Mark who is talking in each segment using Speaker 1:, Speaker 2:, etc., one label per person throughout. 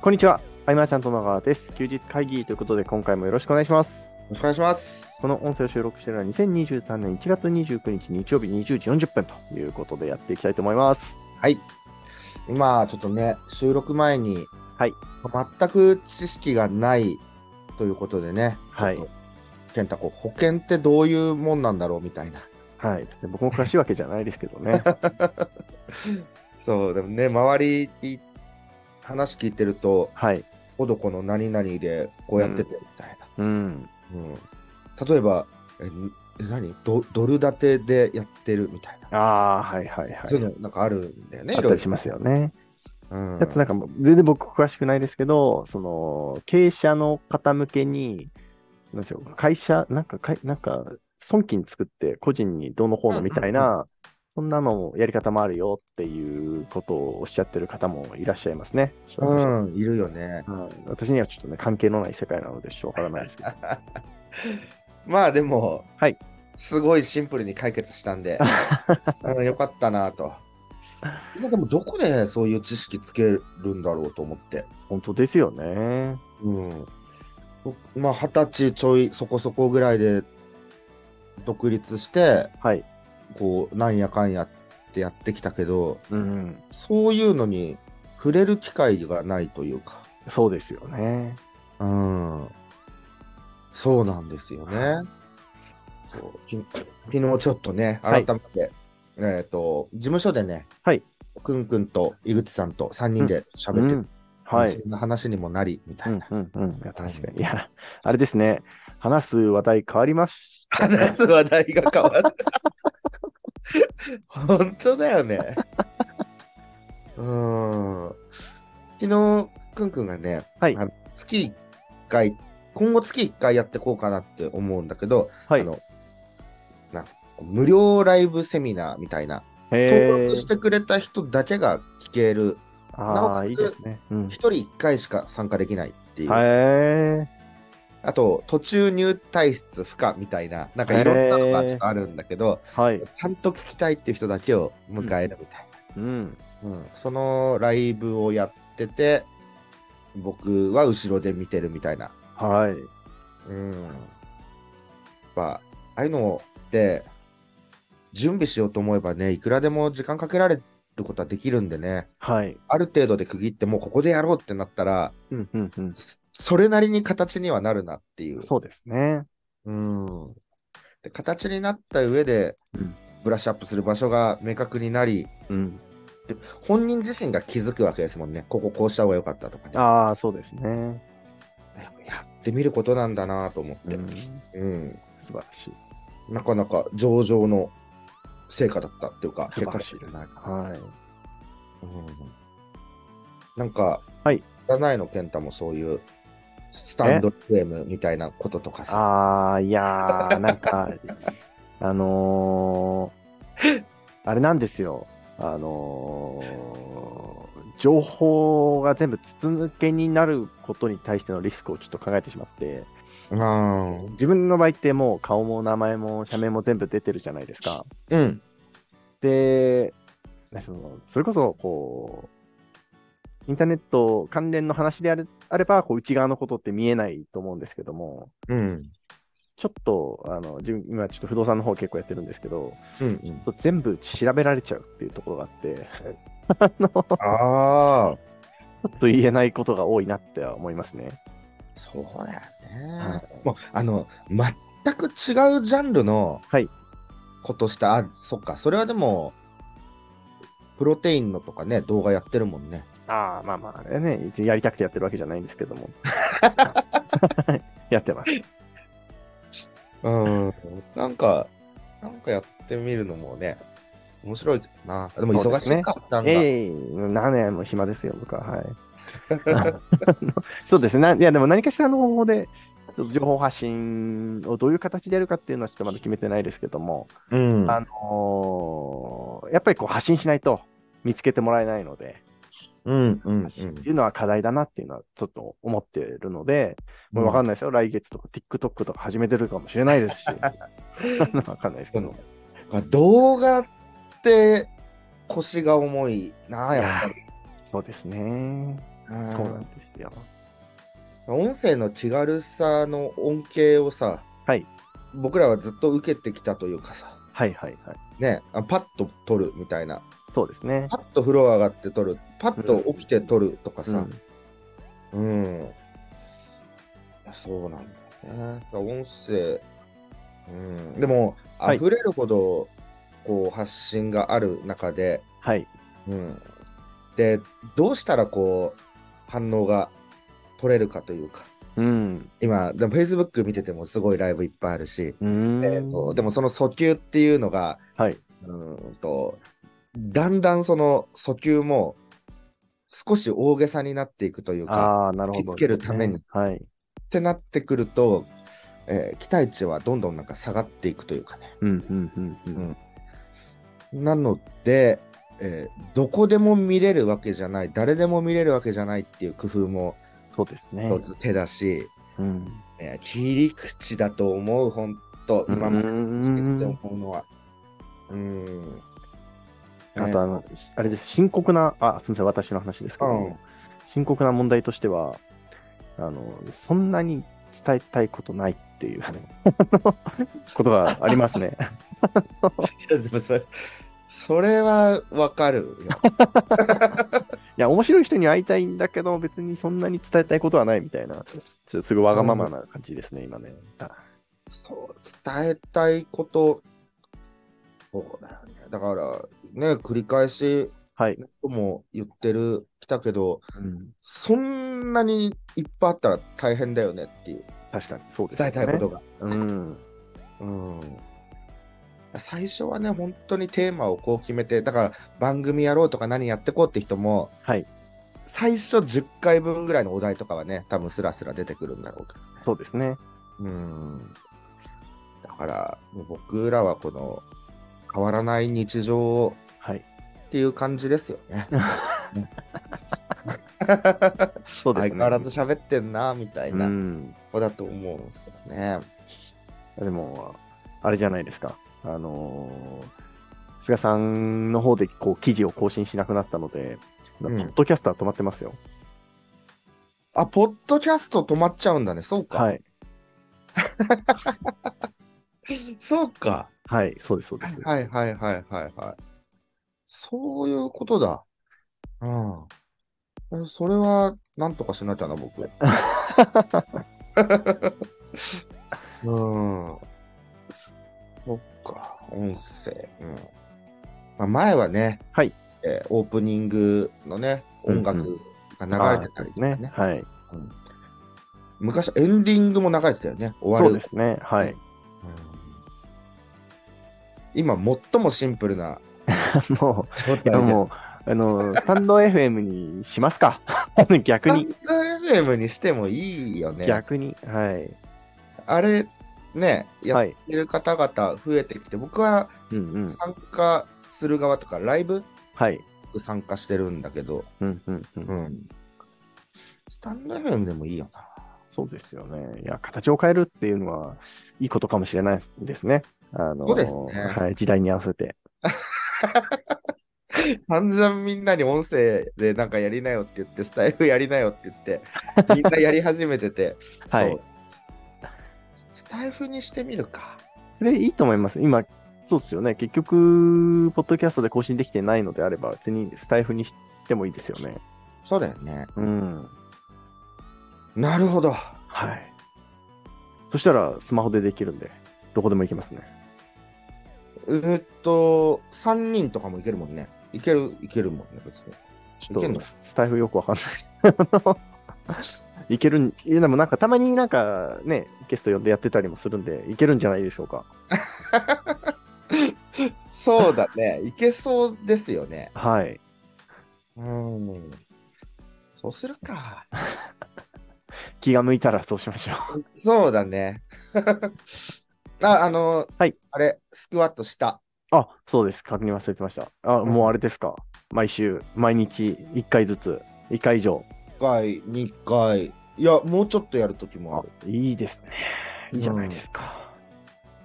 Speaker 1: こんにちは。あいまちゃんと野川です。休日会議ということで、今回もよろしくお願いします。
Speaker 2: ろしくお願いします。
Speaker 1: この音声を収録しているのは2023年1月29日日曜日20時40分ということでやっていきたいと思います。
Speaker 2: はい。今、ちょっとね、収録前に、
Speaker 1: はい。
Speaker 2: 全く知識がないということでね、
Speaker 1: はい
Speaker 2: ちょっと。健太、こう、保険ってどういうもんなんだろうみたいな。
Speaker 1: はい。僕も詳しいわけじゃないですけどね。
Speaker 2: そう、でもね、周りに話聞いてると、
Speaker 1: はい。
Speaker 2: 男の何々でこうやっててみたいな。
Speaker 1: うん。
Speaker 2: うん例えば、え、んえ何ドドル建てでやってるみたいな。
Speaker 1: ああー、はいはいは
Speaker 2: そうい
Speaker 1: い。
Speaker 2: うのなんかあるんだよね、
Speaker 1: あったりしますよね。
Speaker 2: うん
Speaker 1: あとなんかもう全然僕詳しくないですけど、その経営者の方向けに、なんでしょう、会社、なんかかい、なんか、損金作って個人にどうのこうのみたい
Speaker 2: うん
Speaker 1: な、そんなのやり方もあるよっていうことをおっしゃってる方もいらっしゃいますね。
Speaker 2: うん、いるよね。
Speaker 1: はい私にはちょっとね、関係のない世界なのでしょうからないですけど。
Speaker 2: まあでも、
Speaker 1: はい
Speaker 2: すごいシンプルに解決し たんで、うん、よかったなと。まあでも、どこでそういう知識つけるんだろうと思って。
Speaker 1: 本当ですよね。
Speaker 2: うん。僕まあ、二十歳ちょいそこそこぐらいで独立して、
Speaker 1: はい。
Speaker 2: こう、なんやかんやってやってきたけど、
Speaker 1: うん。
Speaker 2: そういうのに触れる機会がないというか、
Speaker 1: そうですよね。
Speaker 2: うん。そうなんですよね。そうき昨日ちょっとね、
Speaker 1: はい
Speaker 2: 改めて、えっ、と、事務所でね、
Speaker 1: はい
Speaker 2: くんくんと井口さんと3人で喋って、
Speaker 1: うんはい。
Speaker 2: そんな話にもなり、みた
Speaker 1: う
Speaker 2: い
Speaker 1: ん
Speaker 2: な。
Speaker 1: うんうん、いや確かに。いや、あれですね、話す話題変わりましたね。
Speaker 2: 話す話題が変わる。 本当だ よね。うん。昨日、くんくんがね、
Speaker 1: はい
Speaker 2: あの月1回、今後月1回やってこうかなって思うんだけど、
Speaker 1: はい
Speaker 2: あ。の、なんすか無料ライブセミナーみたいな、登録してくれた人だけが聞ける、なお
Speaker 1: あ
Speaker 2: か
Speaker 1: あ、
Speaker 2: つ
Speaker 1: いいですね。うん
Speaker 2: 1、人1回しか参加できないっていう、
Speaker 1: へえ。
Speaker 2: あと、途中入退室不可みたいな、なんかいろんなのがちょっとあるんだけど、
Speaker 1: はい。
Speaker 2: ちゃんと聞きたいっていう人だけを迎えるみたい
Speaker 1: うん。
Speaker 2: な、うんそのライブをやってて、僕は後ろで見てるみたいな、
Speaker 1: はい。
Speaker 2: うん、やっぱ、ああいうのって、準備しようと思えばね、いくらでも時間かけられることはできるんでね、
Speaker 1: はい。
Speaker 2: ある程度で区切って、もうここでやろうってなったら、
Speaker 1: うんうんうん。
Speaker 2: それなりに形にはなるなっていう。
Speaker 1: そうですね。
Speaker 2: うん、で形になった上で
Speaker 1: うん、
Speaker 2: ブラッシュアップする場所が明確になり、
Speaker 1: うん。
Speaker 2: 本人自身が気づくわけですもんね。こここうした方が良かったとかね。
Speaker 1: ああ、そうですね。
Speaker 2: やってみることなんだなと思って、
Speaker 1: う
Speaker 2: うん
Speaker 1: ん。素晴らしい。
Speaker 2: なかなか上々の成果だったっていうか、
Speaker 1: 素晴らしい
Speaker 2: 結果だったな
Speaker 1: はい。
Speaker 2: うんなんか、
Speaker 1: はい、
Speaker 2: 占いの健太もそういうスタンドゲームみたいなこととかさ、
Speaker 1: ああ、いや ー、なんか、あのーあれなんですよ。あのー情報が全部筒抜けになることに対してのリスクをちょっと考えてしまって、
Speaker 2: うん
Speaker 1: 自分の場合ってもう顔も名前も社名も全部出てるじゃないですか。
Speaker 2: うん、
Speaker 1: で、ねそのそれこそ、こう、インターネット関連の話であれあれば、こう内側のことって見えないと思うんですけども、
Speaker 2: うん、
Speaker 1: ちょっと、あの、自分、今ちょっと不動産の方結構やってるんですけど、
Speaker 2: うん、うん。
Speaker 1: 全部調べられちゃうっていうところがあって、
Speaker 2: あ
Speaker 1: ちょ
Speaker 2: あ、
Speaker 1: っと言えないことが多いなっては思いますね。
Speaker 2: そうだよ
Speaker 1: は
Speaker 2: ね。もう、あの、全く違うジャンルの
Speaker 1: はい
Speaker 2: ことした、あ、そっか、それはでも、プロテインのとかね、動画やってるもんね。
Speaker 1: ああ、まあまあ、あれね、別にやりたくてやってるわけじゃないんですけど も。やってます。
Speaker 2: うん。なんか、なんかやってみるのもね、面白いな。でも
Speaker 1: そうで
Speaker 2: 忙し
Speaker 1: すね
Speaker 2: いか、なんだ。
Speaker 1: ええ何年も暇ですよ、僕は。はい。 そうですね。ないや、でも何かしらの方法で、ちょっと情報発信をどういう形でやるかっていうのはちょっとまだ決めてないですけども、
Speaker 2: うん
Speaker 1: あのーやっぱりこう発信しないと見つけてもらえないので、
Speaker 2: うん、うん、
Speaker 1: 発信っていうのは課題だなっていうのはちょっと思ってるので、もうわかんないですよ。来月とか TikTok とか始めてるかもしれない ですし、わかんないですけど。
Speaker 2: うん。動画って腰が重いな、やっぱり。
Speaker 1: そうですね。
Speaker 2: うん
Speaker 1: そうなんですよ。
Speaker 2: 音声の気軽さの恩恵をさ、
Speaker 1: はい
Speaker 2: 僕らはずっと受けてきたというかさ、
Speaker 1: はいはいはい。
Speaker 2: ね、あパッと撮るみたいな、
Speaker 1: そうですね。
Speaker 2: パッと風呂上がって撮る、パッと起きて撮るとか
Speaker 1: う
Speaker 2: さ、
Speaker 1: ん
Speaker 2: うん。そうなんだよね。だから音声、うん、でも、
Speaker 1: はい
Speaker 2: 溢れるほどこう発信がある中で、
Speaker 1: はい。
Speaker 2: うん、で、どうしたらこう反応が取れるかというか。
Speaker 1: うん。
Speaker 2: 今、でも Facebook 見ててもすごいライブいっぱいあるし、
Speaker 1: うーん。
Speaker 2: えーとでもその訴求っていうのが、
Speaker 1: はい。
Speaker 2: うーんと、だんだんその訴求も少し大げさになっていくというか、
Speaker 1: ああ、なるほど。
Speaker 2: 引きつけるために。
Speaker 1: はい。
Speaker 2: ってなってくると、えー期待値はどんどんなんか下がっていくというかね。
Speaker 1: うんうんうんうん。
Speaker 2: なので、えーどこでも見れるわけじゃない、誰でも見れるわけじゃないっていう工夫も
Speaker 1: そうですね。
Speaker 2: 一つ手だし、
Speaker 1: うん。
Speaker 2: えー切り口だと思う、本当今までって
Speaker 1: うん
Speaker 2: 思うのは。うん。
Speaker 1: あとあの、あれです、深刻な、あ、すみません、私の話ですけど、
Speaker 2: うん
Speaker 1: 深刻な問題としては、あの、そんなに伝えたいことないっていう、あの ことがありますね。
Speaker 2: えーでもそれ、それはわかる よ。
Speaker 1: いや、面白い人に会いたいんだけど、別にそんなに伝えたいことはないみたいな、ちょっとすぐわがままな感じですね、今ね。あ
Speaker 2: そう、伝えたいこと、そうだよね。だから、ね、繰り返し、
Speaker 1: はい。
Speaker 2: も言ってる、来たけど、
Speaker 1: うん
Speaker 2: そんなにいっぱいあったら大変だよねっていう、
Speaker 1: 確かに、そうです、
Speaker 2: 伝えたいこと。が。
Speaker 1: うん。
Speaker 2: うん。最初はね、本当にテーマをこう決めて、だから番組やろうとか何やってこうって人も、
Speaker 1: はい。
Speaker 2: 最初10回分ぐらいのお題とかはね、多分スラスラ出てくるんだろうけどね。
Speaker 1: そうですね。
Speaker 2: うん。だから、もう僕らはこの、変わらない日常を
Speaker 1: はい。
Speaker 2: っていう感じですよね。
Speaker 1: そうです
Speaker 2: 相
Speaker 1: ね。
Speaker 2: 変わらず喋ってんな、みたいうな子
Speaker 1: ん。
Speaker 2: だと思うんですけどね。
Speaker 1: でも、あれじゃないですか。あのー菅さんの方でこう記事を更新しなくなったので、ポ
Speaker 2: うん
Speaker 1: ッドキャスター止まってますよ。
Speaker 2: あ、ポッドキャスト止まっちゃうんだね。そうか。
Speaker 1: はい。
Speaker 2: そうか。
Speaker 1: はい、そうです、そうです。
Speaker 2: はいはいはいはいはい。そういうことだ。うん。それは、なんとかしなきゃな、僕。うん。そっか、音声。うん。まあ、前はね、
Speaker 1: はい
Speaker 2: えーオープニングのね、音楽が流れてたりとかね。
Speaker 1: ね。はい。
Speaker 2: 昔、エンディングも流れてたよね、終
Speaker 1: そ
Speaker 2: わ
Speaker 1: うで。
Speaker 2: る
Speaker 1: すね。はい。
Speaker 2: 今、最もシンプルな
Speaker 1: も
Speaker 2: 状態
Speaker 1: う、
Speaker 2: で
Speaker 1: もう、あのー、スタンド FM にしますか 逆に、
Speaker 2: スタンド FM にしてもいいよね。
Speaker 1: 逆に。はい。
Speaker 2: あれ、ね、や
Speaker 1: は
Speaker 2: っ
Speaker 1: い。
Speaker 2: てる方々増えてきて、僕は
Speaker 1: うんうん。
Speaker 2: 参加する側とか、ライブ
Speaker 1: はい。
Speaker 2: 参加してるんだけど、
Speaker 1: うんうんうん。
Speaker 2: ん。スタンド FM でもいいよな。
Speaker 1: そうですよね。いや、形を変えるっていうのは、いいことかもしれないですね。あのー
Speaker 2: そうですね
Speaker 1: はい。時代に合わせて。
Speaker 2: 散々みんなに音声でなんかやりなよって言って、スタイフやりなよって 言って、みんなやり始めてて、
Speaker 1: はい
Speaker 2: そう。スタイフにしてみるか。
Speaker 1: それいいと思います。今、そうですよね。結局、ポッドキャストで更新できてないのであれば、別にスタイフにしてもいいですよね。
Speaker 2: そうだよね。
Speaker 1: うん。
Speaker 2: なるほど。
Speaker 1: はい。そしたら、スマホでできるんで、どこでも行けますね。
Speaker 2: えーっと、3人とかもいけるもんね。いける、いけるもんね、別に。
Speaker 1: ちょ
Speaker 2: いけ
Speaker 1: っ
Speaker 2: ん
Speaker 1: と
Speaker 2: の、
Speaker 1: スタイフよくわかんない。い けるん、いやでもなんか、たまになんかね、ゲスト呼んでやってたりもするんで、いけるんじゃないでしょうか。
Speaker 2: そうだ ね。いけそうですよね。
Speaker 1: はい。
Speaker 2: うん。そうするか。
Speaker 1: 気が向いたらそうしましょう。
Speaker 2: そうだ ね。あ、あの、
Speaker 1: はい
Speaker 2: あれ、スクワットした。
Speaker 1: あ、そうです。確認忘れてました。あ、
Speaker 2: うん
Speaker 1: もうあれですか。毎週、毎日、1回ずつ、1回以上。
Speaker 2: 1回、2回。いや、もうちょっとやるときもあ
Speaker 1: あ
Speaker 2: る。
Speaker 1: いいですね。いいじゃないですか。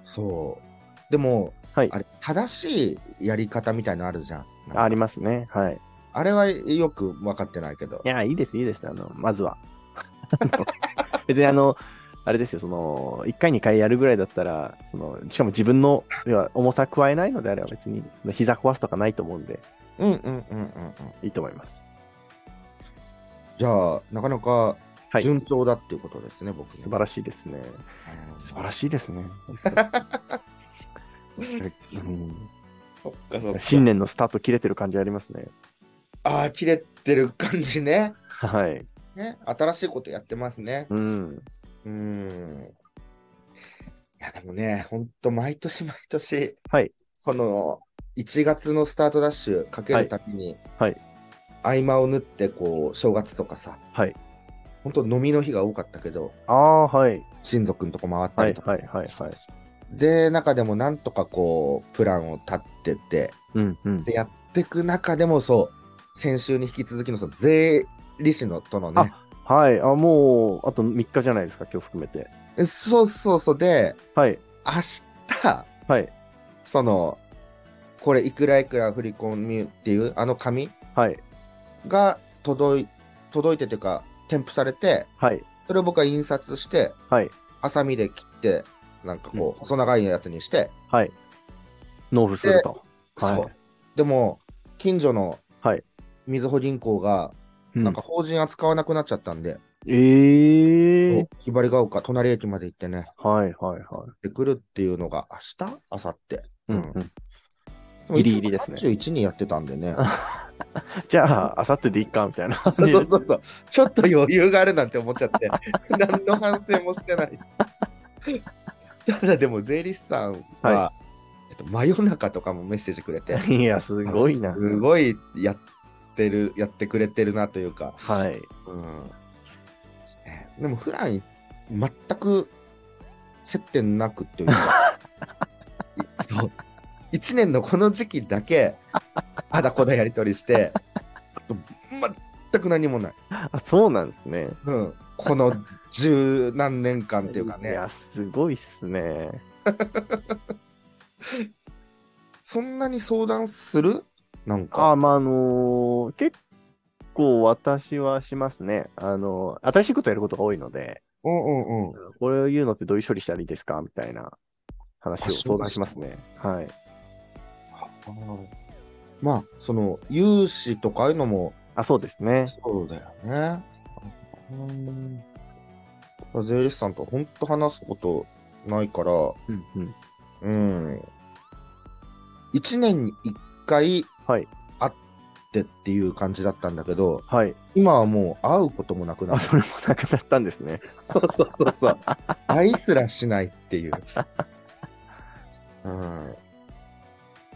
Speaker 2: そう。でも、
Speaker 1: はい
Speaker 2: あれ、正しいやり方みたいのあるじゃん。なんか
Speaker 1: ありますね。はい。
Speaker 2: あれはよく分かってないけど
Speaker 1: い。や、いいです、いいです。あの、まずは。 あの別にあの、あれですよ、その、1回、2回やるぐらいだったら、そのしかも自分の要は重さ加えないのであれば別に、その膝壊すとかないと思うんで、
Speaker 2: うんうんうんうんうん。
Speaker 1: いいと思います。
Speaker 2: じゃあ、なかなか
Speaker 1: はい。素
Speaker 2: 順調だっていうことですね、僕ね
Speaker 1: 晴らしいですね。素晴らしいですね。うん
Speaker 2: そっかそっか。
Speaker 1: 新年のスタート切れてる感じありますね。
Speaker 2: ああ、切れてる感じね。
Speaker 1: はい。
Speaker 2: ね、新しいことやってますね。
Speaker 1: うん。
Speaker 2: うーん。いや、でもね、ほんと、毎年毎年、
Speaker 1: はい
Speaker 2: この1月のスタートダッシュかけるたびに、
Speaker 1: はい
Speaker 2: 合間を縫って、こう、正月とかさ、
Speaker 1: はい
Speaker 2: ほんと飲みの日が多かったけど、
Speaker 1: ああ、はい。
Speaker 2: 親族のとこ回った
Speaker 1: は
Speaker 2: り
Speaker 1: い、
Speaker 2: とか、
Speaker 1: は
Speaker 2: ね
Speaker 1: い、はい、はい。
Speaker 2: で、中でもなんとかこう、プランを立ってて、
Speaker 1: うん、うん。
Speaker 2: で、やってく中でも、そう、先週に引き続きの、その税理士のとのね、
Speaker 1: はい。あ、もう、あと3日じゃないですか、今日含めて。
Speaker 2: えそうそうそう、で、
Speaker 1: はい。
Speaker 2: 明日、
Speaker 1: はい。
Speaker 2: その、これいくらいくら振り込みっていうあの紙
Speaker 1: はい。
Speaker 2: が届い、届いててか、添付されて、
Speaker 1: はい。
Speaker 2: それを僕は印刷して、
Speaker 1: はい。
Speaker 2: ハサミで切って、なんかこう、細長いやつにして、
Speaker 1: はい。納付すると。はい
Speaker 2: そう。でも、近所の
Speaker 1: はい、
Speaker 2: みずほ銀行が、
Speaker 1: うん
Speaker 2: なんか法人扱わなくなっちゃったんで、
Speaker 1: ええ
Speaker 2: こうひばりが丘、隣駅まで行ってね、
Speaker 1: はいはいは
Speaker 2: でくるっていうのが明日明後日
Speaker 1: い。うんうん、ギリギリですね
Speaker 2: 31にやってたん でね。
Speaker 1: じゃあ、あさってでいいかみたいな。
Speaker 2: そうそうそうそう。ちょっと余裕があるなんて思っちゃ って、何の反省もしてない。ただでも税理士さんは、
Speaker 1: は
Speaker 2: えっと、真夜中とかもメッセージくれて、
Speaker 1: い や、すごいな。
Speaker 2: すごいやってる、やってくれてるなというか、
Speaker 1: はい。
Speaker 2: うん。ねでも普段、全く接点なくっていうか、 いそう一年のこの時期だけ、あだこだやり取りして、あと全く何もない。
Speaker 1: あ、そうなんですね。
Speaker 2: うん、この十何年間っていうか
Speaker 1: い
Speaker 2: ね、
Speaker 1: や、すごいっすね。
Speaker 2: そんなに相談するなんか。
Speaker 1: あ、まあ、あのー結構私はしますね。あのー新しいことやることが多いので、
Speaker 2: うんうんうん。
Speaker 1: これを言うのってどういう処理したらいいですかみたいな話を相談しますね。はい。
Speaker 2: あーまあ、その、融資とかああいうのも
Speaker 1: あ、そうですね。
Speaker 2: そうだよね。うんまあ税理士さんと本当話すことないから、
Speaker 1: うんうん。
Speaker 2: うん。1年に1回
Speaker 1: はい
Speaker 2: 会ってっていう感じだったんだけど、
Speaker 1: はい。
Speaker 2: 今はもう会うこともなくな
Speaker 1: あ、
Speaker 2: っ
Speaker 1: それもなくなったんですね。
Speaker 2: そうそうそうそう。愛すらしないっていう。うん。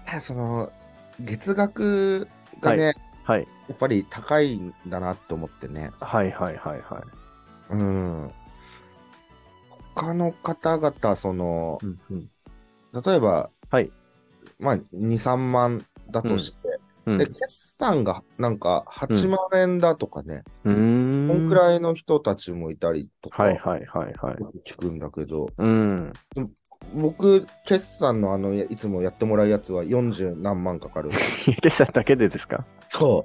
Speaker 2: ただその、月額がね、
Speaker 1: はい。
Speaker 2: やっぱり高いんだなと思ってね。
Speaker 1: はいはいはいはい。
Speaker 2: うん。他の方々、その、
Speaker 1: うんうん。
Speaker 2: 例えば、
Speaker 1: はい
Speaker 2: まあ、2、3万だとして、
Speaker 1: うん
Speaker 2: で、決算がなんか8万円だとかね、
Speaker 1: うーん。
Speaker 2: こんくらいの人たちもいたりとか、
Speaker 1: はいはいはいはい。
Speaker 2: 聞くんだけど、
Speaker 1: うん。
Speaker 2: 僕、決算のあの、いつもやってもらうやつは40何万か かる。
Speaker 1: ヒデさんだけでですか
Speaker 2: そ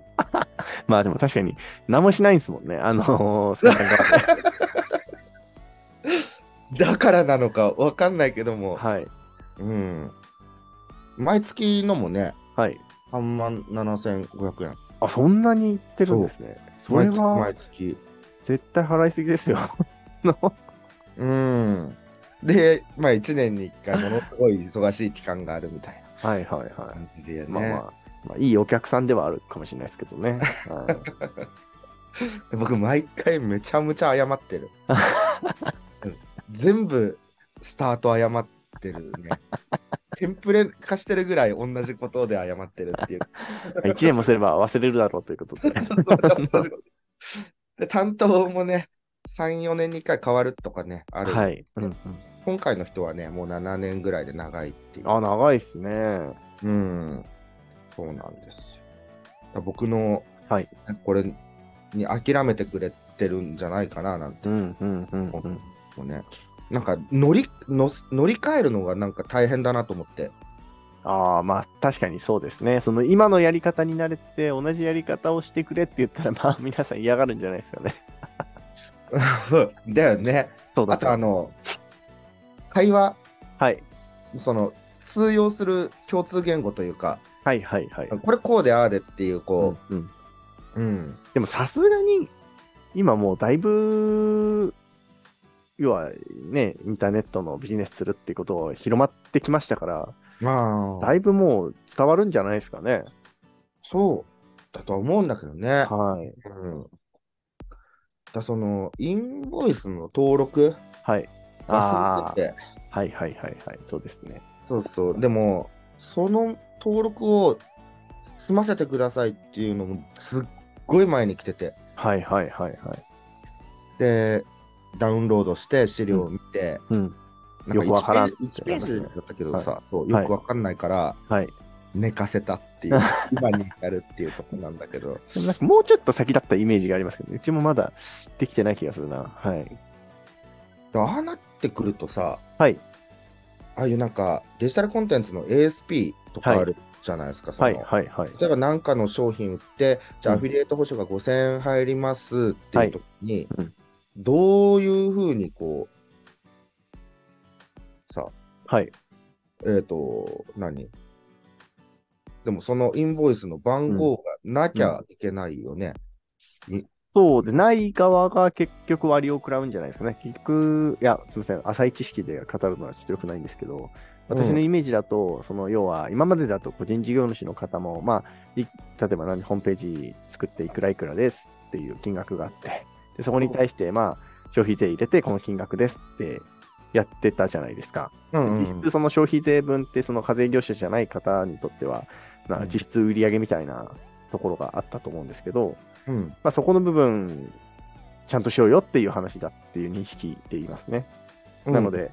Speaker 1: まあでも確かに、何もしないんですもんね。あのー、生産側で
Speaker 2: う。だからなのかわかんないけど も、
Speaker 1: はい。
Speaker 2: うん。毎月のもね、
Speaker 1: はい。
Speaker 2: 3万7500円。
Speaker 1: あ、そんなに言ってるんですね。それは、
Speaker 2: 毎月。
Speaker 1: 絶対払いすぎですよ。の
Speaker 2: 毎月うん。で、まあ1年に1回ものすごい忙しい期間があるみたい
Speaker 1: はいはいは。
Speaker 2: ない感じでね。
Speaker 1: まあまあ、まあ、いいお客さんではあるかもしれないですけど ね。はい
Speaker 2: 僕、毎回めちゃめちゃ謝ってる。うん全部、スタート謝ってるね。テンプレ化してるぐらい同じことで謝ってるっていう。
Speaker 1: 一年もすれば忘れるだろうということで。
Speaker 2: そうそうで担当もね、3、4年に1回変わるとかね、ある。
Speaker 1: はい。うんうん、
Speaker 2: 今回の人はね、もう7年ぐらいで長いっていう。
Speaker 1: あ、長いっすね。は
Speaker 2: うん。そうなんですよ。だから僕の、
Speaker 1: はい
Speaker 2: これに諦めてくれてるんじゃないかななんて
Speaker 1: い。うんうんうんうん。
Speaker 2: もうね、なんか乗り乗す乗り換えるのがなんか大変だなと思って、
Speaker 1: ああ、まあ確かにそうですね。その今のやり方に慣れて、同じやり方をしてくれって言ったら、まあ皆さん嫌がるんじゃないですかね。
Speaker 2: だよね。
Speaker 1: そうだ
Speaker 2: あとあの、会話、
Speaker 1: はい。
Speaker 2: その、通用する共通言語というか、
Speaker 1: はいはいはい。
Speaker 2: これこうでああでっていう、こ
Speaker 1: うんうん
Speaker 2: う、うん。
Speaker 1: でもさすがに、今もうだいぶ、要はね、インターネットのビジネスするってことを広まってきましたから、
Speaker 2: まあ
Speaker 1: だ、いぶもう伝わるんじゃないですかね。
Speaker 2: そうだとは思うんだけどね。
Speaker 1: はい。
Speaker 2: うん。だその、インボイスの登録
Speaker 1: はい。
Speaker 2: 忘
Speaker 1: ああー、
Speaker 2: れてて、
Speaker 1: はいはいはいはい。そうですね。
Speaker 2: そうそう。でも、その登録を済ませてくださいっていうのも、すっごい前に来てて、
Speaker 1: はいはいはいはい。
Speaker 2: で、ダウンロードして資料を見て、
Speaker 1: うん。
Speaker 2: なんか
Speaker 1: よくわからん
Speaker 2: 1ページだったけどさ、そう
Speaker 1: はい
Speaker 2: よくわかんないから、
Speaker 1: はい。
Speaker 2: 寝かせたっていう、今にやるっていうとこなんだけど、
Speaker 1: でもなんかもうちょっと先だったイメージがありますけど、うちもまだできてない気がするな。はい。
Speaker 2: でああなってくるとさ、
Speaker 1: はい。
Speaker 2: ああいうなんかデジタルコンテンツの ASP とかあるじゃないですか、その
Speaker 1: はいはいはい。
Speaker 2: 例えば何かの商品売って、じゃあ
Speaker 1: う
Speaker 2: ア
Speaker 1: ん
Speaker 2: フィリエイト保証が5000円入りますっていう時に、
Speaker 1: うん
Speaker 2: どういうふうにこう、さ、
Speaker 1: はい。
Speaker 2: えっ、と、何でもそのインボイスの番号がなきゃいけないよね。
Speaker 1: そうで、ない側が結局割を食らうんじゃないですかね。結局、いや、すみません、浅い知識で語るのはちょっと良くないんですけど、私のイメージだと、その要は、今までだと個人事業主の方も、まあ、い例えば何、ホームページ作っていくらいくらですっていう金額があって、でそこに対して、まあ、消費税入れて、この金額ですってやってたじゃないですか。
Speaker 2: うんうん
Speaker 1: 実質その消費税分ってその課税業者じゃない方にとっては、まあ
Speaker 2: うん
Speaker 1: 実質売上みたいなところがあったと思うんですけど、
Speaker 2: うん
Speaker 1: まあ、そこの部分、ちゃんとしようよっていう話だっていう認識でいますね。なの、で、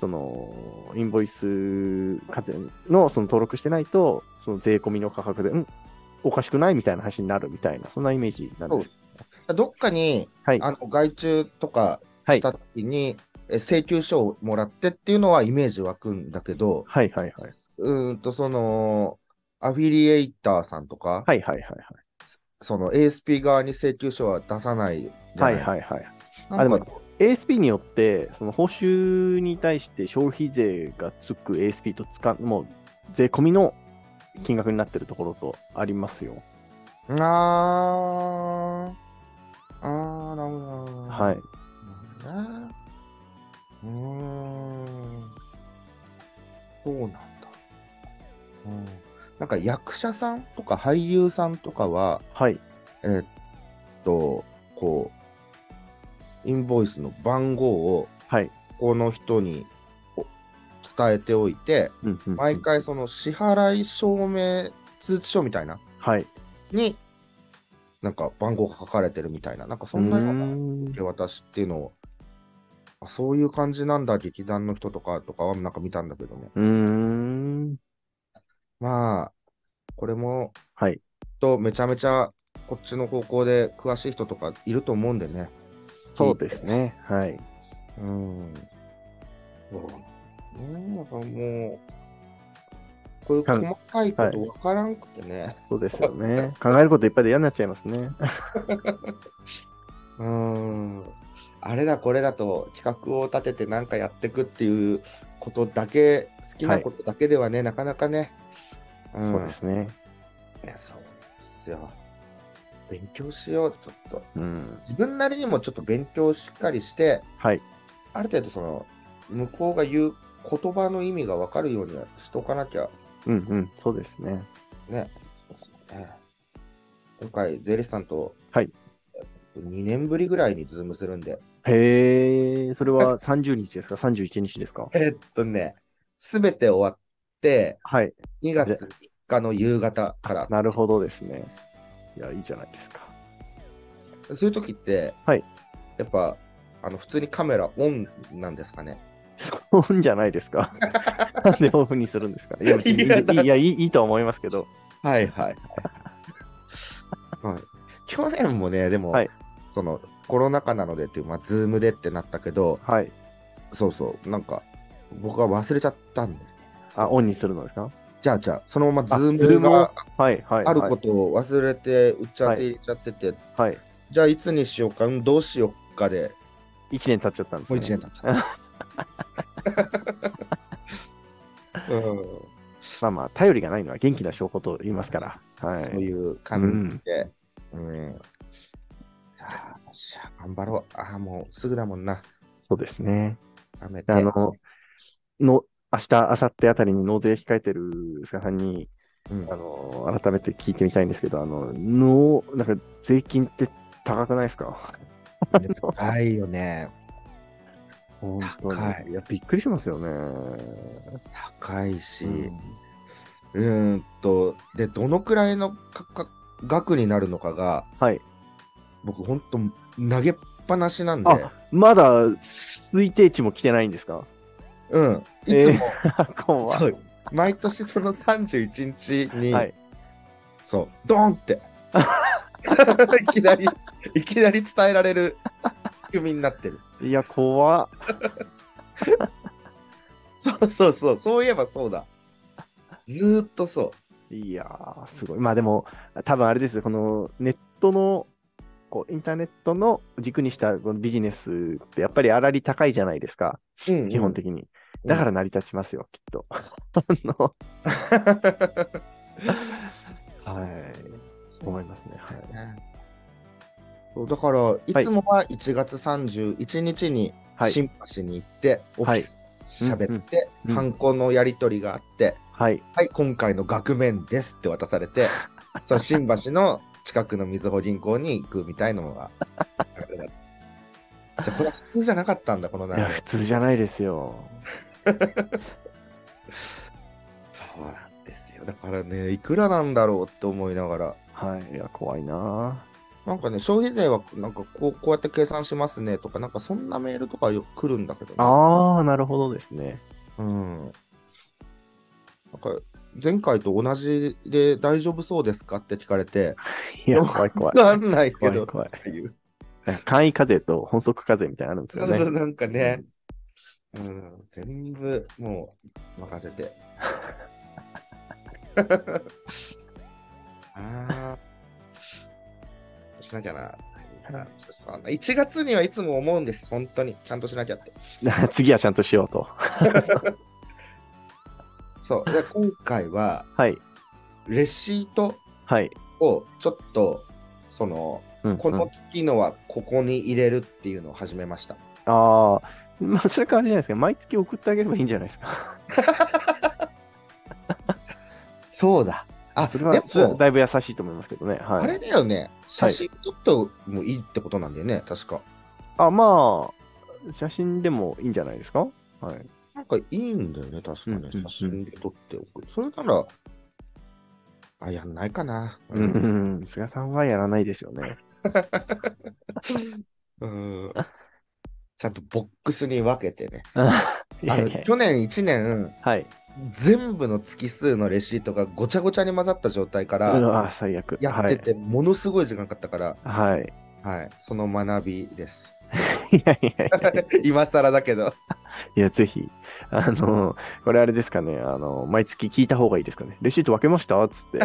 Speaker 1: そのインボイス課税のその登録してないと、その税込みの価格で、うん、おかしくないみたいな話になるみたいな、そんなイメージなんです。
Speaker 2: うんどっかに
Speaker 1: はい。
Speaker 2: あの外注とか
Speaker 1: は
Speaker 2: し
Speaker 1: い。
Speaker 2: た時に、え請求書をもらってっていうのはイメージ湧くんだけど、
Speaker 1: はいはいはい。
Speaker 2: うーんとそのアフィリエイターさんとか、
Speaker 1: はいはいはいはい。
Speaker 2: その ASP 側に請求書は出さないじゃ
Speaker 1: は
Speaker 2: ないい
Speaker 1: はいはい。
Speaker 2: なんか
Speaker 1: あでも ASP によって、その報酬に対して消費税がつく ASP とつかもう税込みの金額になってるところとありますよ。
Speaker 2: あーあー、なるほどなるほど。
Speaker 1: はい。
Speaker 2: なるほどね。うーん。そうなんだ。うん。なんか役者さんとか俳優さんとかは、
Speaker 1: はい。
Speaker 2: えーっと、こう、インボイスの番号を
Speaker 1: はい。
Speaker 2: この人にお伝えておいて、
Speaker 1: うんうんうん
Speaker 2: 毎回その支払い証明通知書みたいな
Speaker 1: はい。
Speaker 2: に、なんか番号が書かれてるみたいな、なんかそ
Speaker 1: うん
Speaker 2: なような
Speaker 1: ーん
Speaker 2: 受け渡しっていうのを、あそういう感じなんだ、劇団の人とかとかはなんか見たんだけども、
Speaker 1: うーん。
Speaker 2: まあ、これも、
Speaker 1: はい。
Speaker 2: とめちゃめちゃこっちの方向で詳しい人とかいると思うんでね。
Speaker 1: そうですね。はい。
Speaker 2: うん。そうね、なんかもう、こういう細かいことわからんくてね、
Speaker 1: そうですよね。考えることいっぱいで嫌になっちゃいますね。
Speaker 2: うん。あれだこれだと企画を立ててなんかやっていくっていうことだけ、好きなことだけではね、なかなかね。うん
Speaker 1: そうですね。
Speaker 2: ねそうですよ。勉強しよう、ちょっと。
Speaker 1: うん。
Speaker 2: 自分なりにもちょっと勉強をしっかりして、
Speaker 1: はい。
Speaker 2: ある程度その、向こうが言う言葉の意味が分かるようにはしとかなきゃ、
Speaker 1: うんうん。そうですね。
Speaker 2: ね。そうですね今回、税理士さんと、
Speaker 1: はい
Speaker 2: 2年ぶりぐらいにズームするんで、
Speaker 1: へえ、それは30日ですか ?31 日ですか
Speaker 2: えっとね、すべて終わって、
Speaker 1: はい。
Speaker 2: 2月3日の夕方から、
Speaker 1: なるほどですね。いや、いいじゃないですか。
Speaker 2: そういう時って、
Speaker 1: はい
Speaker 2: やっぱ、あの普通にカメラオンなんですかね。
Speaker 1: オフじゃないですか。なんでオフにするんですか。いや、別にいい
Speaker 2: いやだ
Speaker 1: いやいいいいとは思いますけど。
Speaker 2: はいはい。 はい、去年もね、でも、
Speaker 1: はい
Speaker 2: そのコロナ禍なのでっていう、まあ、ズームでってなったけど、
Speaker 1: はい。
Speaker 2: そうそう、なんか、僕は忘れちゃったんで、
Speaker 1: あ、オンにするのですか
Speaker 2: じゃあじゃあ、そのままズ
Speaker 1: あ
Speaker 2: ー
Speaker 1: ズー
Speaker 2: ム
Speaker 1: ムを
Speaker 2: が
Speaker 1: はいはい、はい。
Speaker 2: あることを忘れて、打ち合わせ入れちゃってて、
Speaker 1: はい。
Speaker 2: じゃあいつにしようか、うんどうしようかで、
Speaker 1: 1年経っちゃったんです、
Speaker 2: もう
Speaker 1: ね。
Speaker 2: 1年経った。 うん
Speaker 1: まあまあ、頼りがないのは元気な証拠と言いますから。はい。
Speaker 2: そういう感じで。うん。あーよっしゃ、頑張ろう。ああ、もうすぐだもんな。
Speaker 1: そうですね。
Speaker 2: 雨で。
Speaker 1: あの、の明日、明後日あたりに納税控えてる菅さんに、
Speaker 2: うん
Speaker 1: あの、改めて聞いてみたいんですけど、あの、の、なんか税金って高くないですか
Speaker 2: 高いよね。
Speaker 1: 本当に。
Speaker 2: 高い
Speaker 1: いや、びっくりしますよね。
Speaker 2: 高いし。
Speaker 1: うん
Speaker 2: うーんと、で、どのくらいの価格額になるのかが、
Speaker 1: はい。
Speaker 2: 僕、ほんと、投げっぱなしなんで、
Speaker 1: あ、まだ推定値も来てないんですか
Speaker 2: うん。いつも、
Speaker 1: えー怖い
Speaker 2: そう、毎年その31日に、
Speaker 1: はい。
Speaker 2: そう、ドーンって、 いきなり、いきなり伝えられる仕組みになってる。
Speaker 1: いや、怖っ
Speaker 2: そうそうそう、そういえばそうだ。ずーっとそ
Speaker 1: いやー、すごい。まあでも、多分あれです、このネットの、こうインターネットの軸にしたこのビジネスって、やっぱりあらり高いじゃないですか、
Speaker 2: う。うんうん
Speaker 1: 基本的に。だから成り立ちますよ、きっと。 あのはい、思いますね。はい、
Speaker 2: そうだから、いつもは1月31日に
Speaker 1: はい
Speaker 2: 新橋に行って、オフィスで喋って、
Speaker 1: うんうん
Speaker 2: ハンコのやり取りがあって、
Speaker 1: はい、
Speaker 2: はい、今回の額面ですって渡さ れて、その新橋の近くのみずほ銀行に行くみたいなのが。 じゃあ、これは普通じゃなかったんだ、この流
Speaker 1: いや、
Speaker 2: れ。
Speaker 1: 普通じゃないですよ。
Speaker 2: そうなんですよ。だからね、いくらなんだろうって思いながら。
Speaker 1: はい、いや、怖いな
Speaker 2: なんかね、消費税はなんかこうこうやって計算しますねとか、なんかそんなメールとかよく来るんだけど、ね、
Speaker 1: ーあー、なるほどですね。
Speaker 2: うん。なんか前回と同じで大丈夫そうですかって聞かれて、
Speaker 1: いや、怖い怖い。
Speaker 2: わかんないけ
Speaker 1: 怖
Speaker 2: ど
Speaker 1: い
Speaker 2: っ
Speaker 1: 怖い。
Speaker 2: ていう。
Speaker 1: なんか簡易課税と本則課税みたいなのあるんです
Speaker 2: そ
Speaker 1: よ
Speaker 2: う
Speaker 1: ね。
Speaker 2: そう、なんかね、うん、全部もう任せ て。ああ、しなきゃな。1月にはいつも思うんです、本当に。ちゃんとしなきゃって。
Speaker 1: 次はちゃんとしようと。
Speaker 2: そう。 で、今回は、
Speaker 1: はい。
Speaker 2: レシート
Speaker 1: はい。
Speaker 2: をちょっと、その、
Speaker 1: うん
Speaker 2: こ
Speaker 1: うん
Speaker 2: の月のはここに入れるっていうのを始めました。
Speaker 1: ああ、まあ、それからあれじゃないですか。毎月送ってあげればいいんじゃないですか。
Speaker 2: そうだ。あ、
Speaker 1: そ
Speaker 2: で
Speaker 1: れは、それは
Speaker 2: も、
Speaker 1: だいぶ優しいと思いますけどね。はい。
Speaker 2: あれだよね。写真撮ってもいいってことなんだよね、確か。
Speaker 1: あ、まあ、写真でもいいんじゃないですか。はい。
Speaker 2: なんかいいんだよね、確か
Speaker 1: うんうんう
Speaker 2: に。
Speaker 1: ん
Speaker 2: 写真で撮っておく。それなら、あ、やんないかな。
Speaker 1: う。ん、菅さんはやらないでしょうね。
Speaker 2: うんちゃんとボックスに分けてね。
Speaker 1: い
Speaker 2: あ
Speaker 1: や
Speaker 2: の
Speaker 1: いや
Speaker 2: 去年1年、
Speaker 1: はい。
Speaker 2: 全部の月数のレシートがごちゃごちゃに混ざった状態か
Speaker 1: う
Speaker 2: ら、
Speaker 1: わ、最悪。
Speaker 2: やってて、ものすごい時間かかったから、
Speaker 1: はい。はい。
Speaker 2: はい、その学びです。
Speaker 1: いやいやいや。
Speaker 2: 今更だけど。
Speaker 1: いや、ぜひ。あの、これあれですかね。あの、毎月聞いた方がいいですかね。レシート分けましたつって。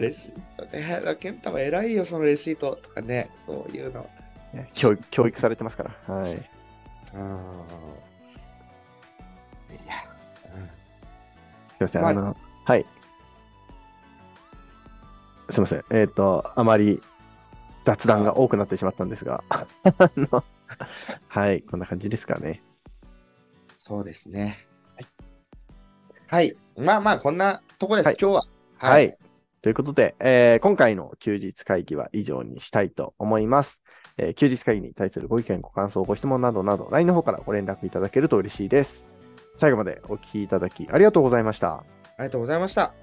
Speaker 2: レシートね、だから健太も偉いよ、そのレシートとかね、そういうの。
Speaker 1: 教育教育されてますから。はい。
Speaker 2: あいや、うん
Speaker 1: すいません、
Speaker 2: はい
Speaker 1: あの、はい。すいません、えっ、と、あまり雑談が多くなってしまったんですが、あのはい、こんな感じですかね。
Speaker 2: そうですね。はい。まあまあ、こんなとこです、
Speaker 1: はい
Speaker 2: 今日は。
Speaker 1: はい。。ということで、えー今回の休日会議は以上にしたいと思います。えー休日会議に対するご意見、ご感想、ご質問などなど、LINE の方からご連絡いただけると嬉しいです。最後までお聞きいただきありがとうございました。
Speaker 2: ありがとうございました。